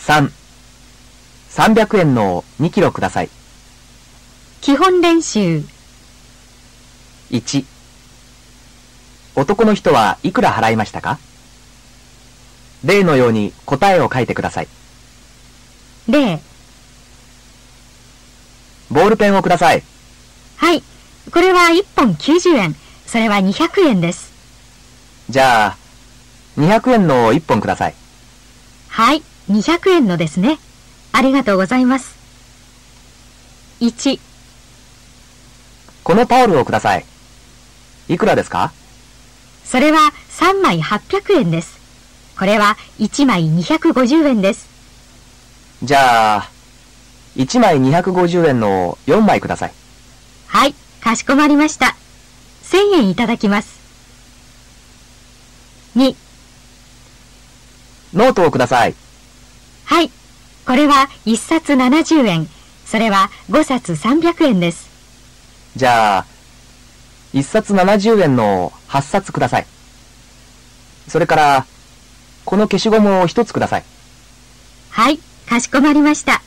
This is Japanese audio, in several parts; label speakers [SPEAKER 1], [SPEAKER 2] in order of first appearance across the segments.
[SPEAKER 1] 3、300円の2キロください。
[SPEAKER 2] 基本練習
[SPEAKER 1] 1、男の人はいくら払いましたか例のように答えを書いてください。
[SPEAKER 2] 0
[SPEAKER 1] ボールペンをください。
[SPEAKER 2] はいこれは1本90円それは200円です
[SPEAKER 1] じゃあ、200円の1本ください。
[SPEAKER 2] はい200円のですねありがとうございます1
[SPEAKER 1] このタオルをください。いくらですか
[SPEAKER 2] それは3枚800円ですこれは1枚250円です
[SPEAKER 1] じゃあ、1枚250円の4枚ください。
[SPEAKER 2] はいかしこまりました1000円いただきます2
[SPEAKER 1] ノートをください。
[SPEAKER 2] はい。これは1冊70円。それは5冊300円です。
[SPEAKER 1] じゃあ、1冊70円の8冊ください。それから、この消しゴムを1つください。
[SPEAKER 2] はい。かしこまりました。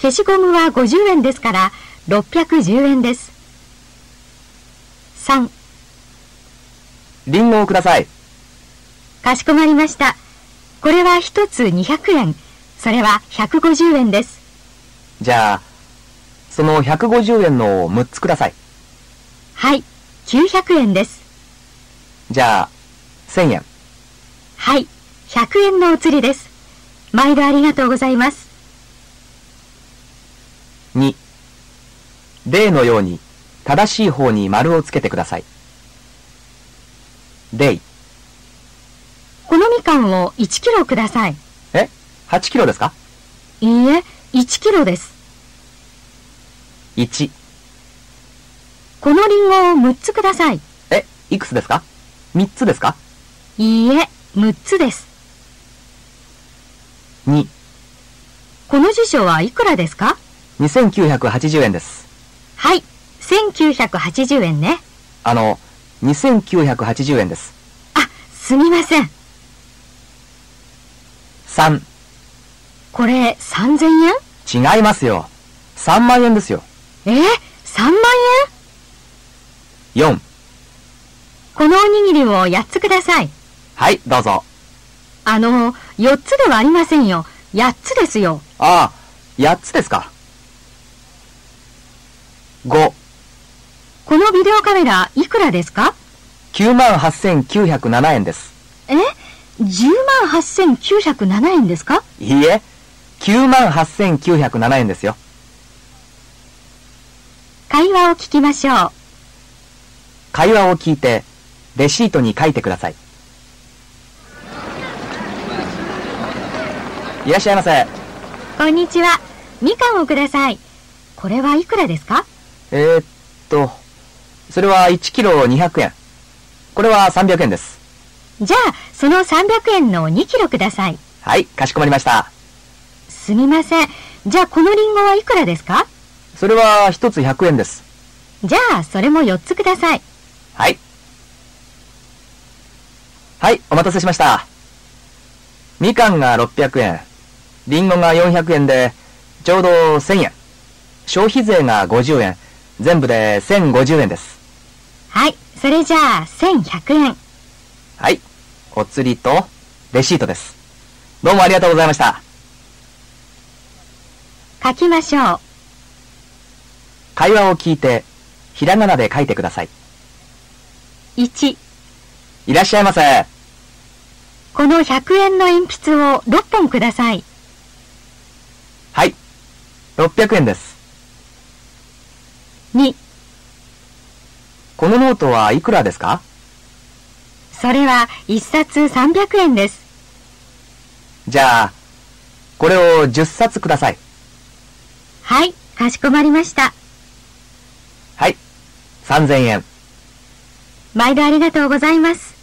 [SPEAKER 2] 消しゴムは50円ですから、610円です。3。
[SPEAKER 1] リンゴをください。
[SPEAKER 2] かしこまりました。これは1つ200円。それは150円です。
[SPEAKER 1] じゃあ、その150円の6つください。
[SPEAKER 2] はい。900円です。
[SPEAKER 1] じゃあ、1000円。
[SPEAKER 2] はい。100円のお釣りです。毎度ありがとうございます。
[SPEAKER 1] 2例のように正しい方に丸をつけてください例
[SPEAKER 2] このみかんを1キロください。
[SPEAKER 1] え8キロですか
[SPEAKER 2] いいえ、1キロです。
[SPEAKER 1] 1
[SPEAKER 2] このリンゴを6つください。
[SPEAKER 1] えいくつですか3つですか
[SPEAKER 2] いいえ、6つです。
[SPEAKER 1] 2
[SPEAKER 2] この辞書はいくらですか
[SPEAKER 1] 2980円です
[SPEAKER 2] はい、1980円ね。
[SPEAKER 1] あの2980円です
[SPEAKER 2] あ、すみません。
[SPEAKER 1] 3
[SPEAKER 2] これ3000円
[SPEAKER 1] 違いますよ3万円ですよ
[SPEAKER 2] えー、3万円
[SPEAKER 1] 4
[SPEAKER 2] このおにぎりを8つください。
[SPEAKER 1] はいどうぞ
[SPEAKER 2] あの、4つではありませんよ。8つですよ。
[SPEAKER 1] ああ8つですか59
[SPEAKER 2] このビデオカメラいくらですか
[SPEAKER 1] 万8907円です
[SPEAKER 2] え ?108,907 円ですか
[SPEAKER 1] いいえ、98,907円ですよ。
[SPEAKER 2] 会話を聞きましょう。
[SPEAKER 1] 会話を聞いて、レシートに書いてください。いらっしゃいませ。
[SPEAKER 2] こんにちは。みかんをください。これはいくらですか
[SPEAKER 1] えー、っと、それは1キロ200円。これは300円です。
[SPEAKER 2] じゃあ、その300円の2キロください。
[SPEAKER 1] はい、かしこまりました。
[SPEAKER 2] すみません。じゃあ、このリンゴはいくらですか
[SPEAKER 1] それは1つ100円です。
[SPEAKER 2] じゃあ、それも4つください。
[SPEAKER 1] はい。はい、お待たせしました。みかんが600円、りんごが400円で、ちょうど1000円。消費税が50円、全部で1050円です。
[SPEAKER 2] はい。それじゃあ、1100円。
[SPEAKER 1] はい。お釣りと、レシートです。どうもありがとうございました。
[SPEAKER 2] 書きましょう。
[SPEAKER 1] 会話を聞いて、ひらがなで書いてください。
[SPEAKER 2] 1。
[SPEAKER 1] いらっしゃいませ。
[SPEAKER 2] この100円の鉛筆を6本ください。
[SPEAKER 1] はい。600円です。
[SPEAKER 2] 2。
[SPEAKER 1] このノートはいくらですか
[SPEAKER 2] それは1冊300円です。
[SPEAKER 1] じゃあ、これを10冊ください。
[SPEAKER 2] はい。かしこまりました。
[SPEAKER 1] はい。3000円。
[SPEAKER 2] 毎度ありがとうございます。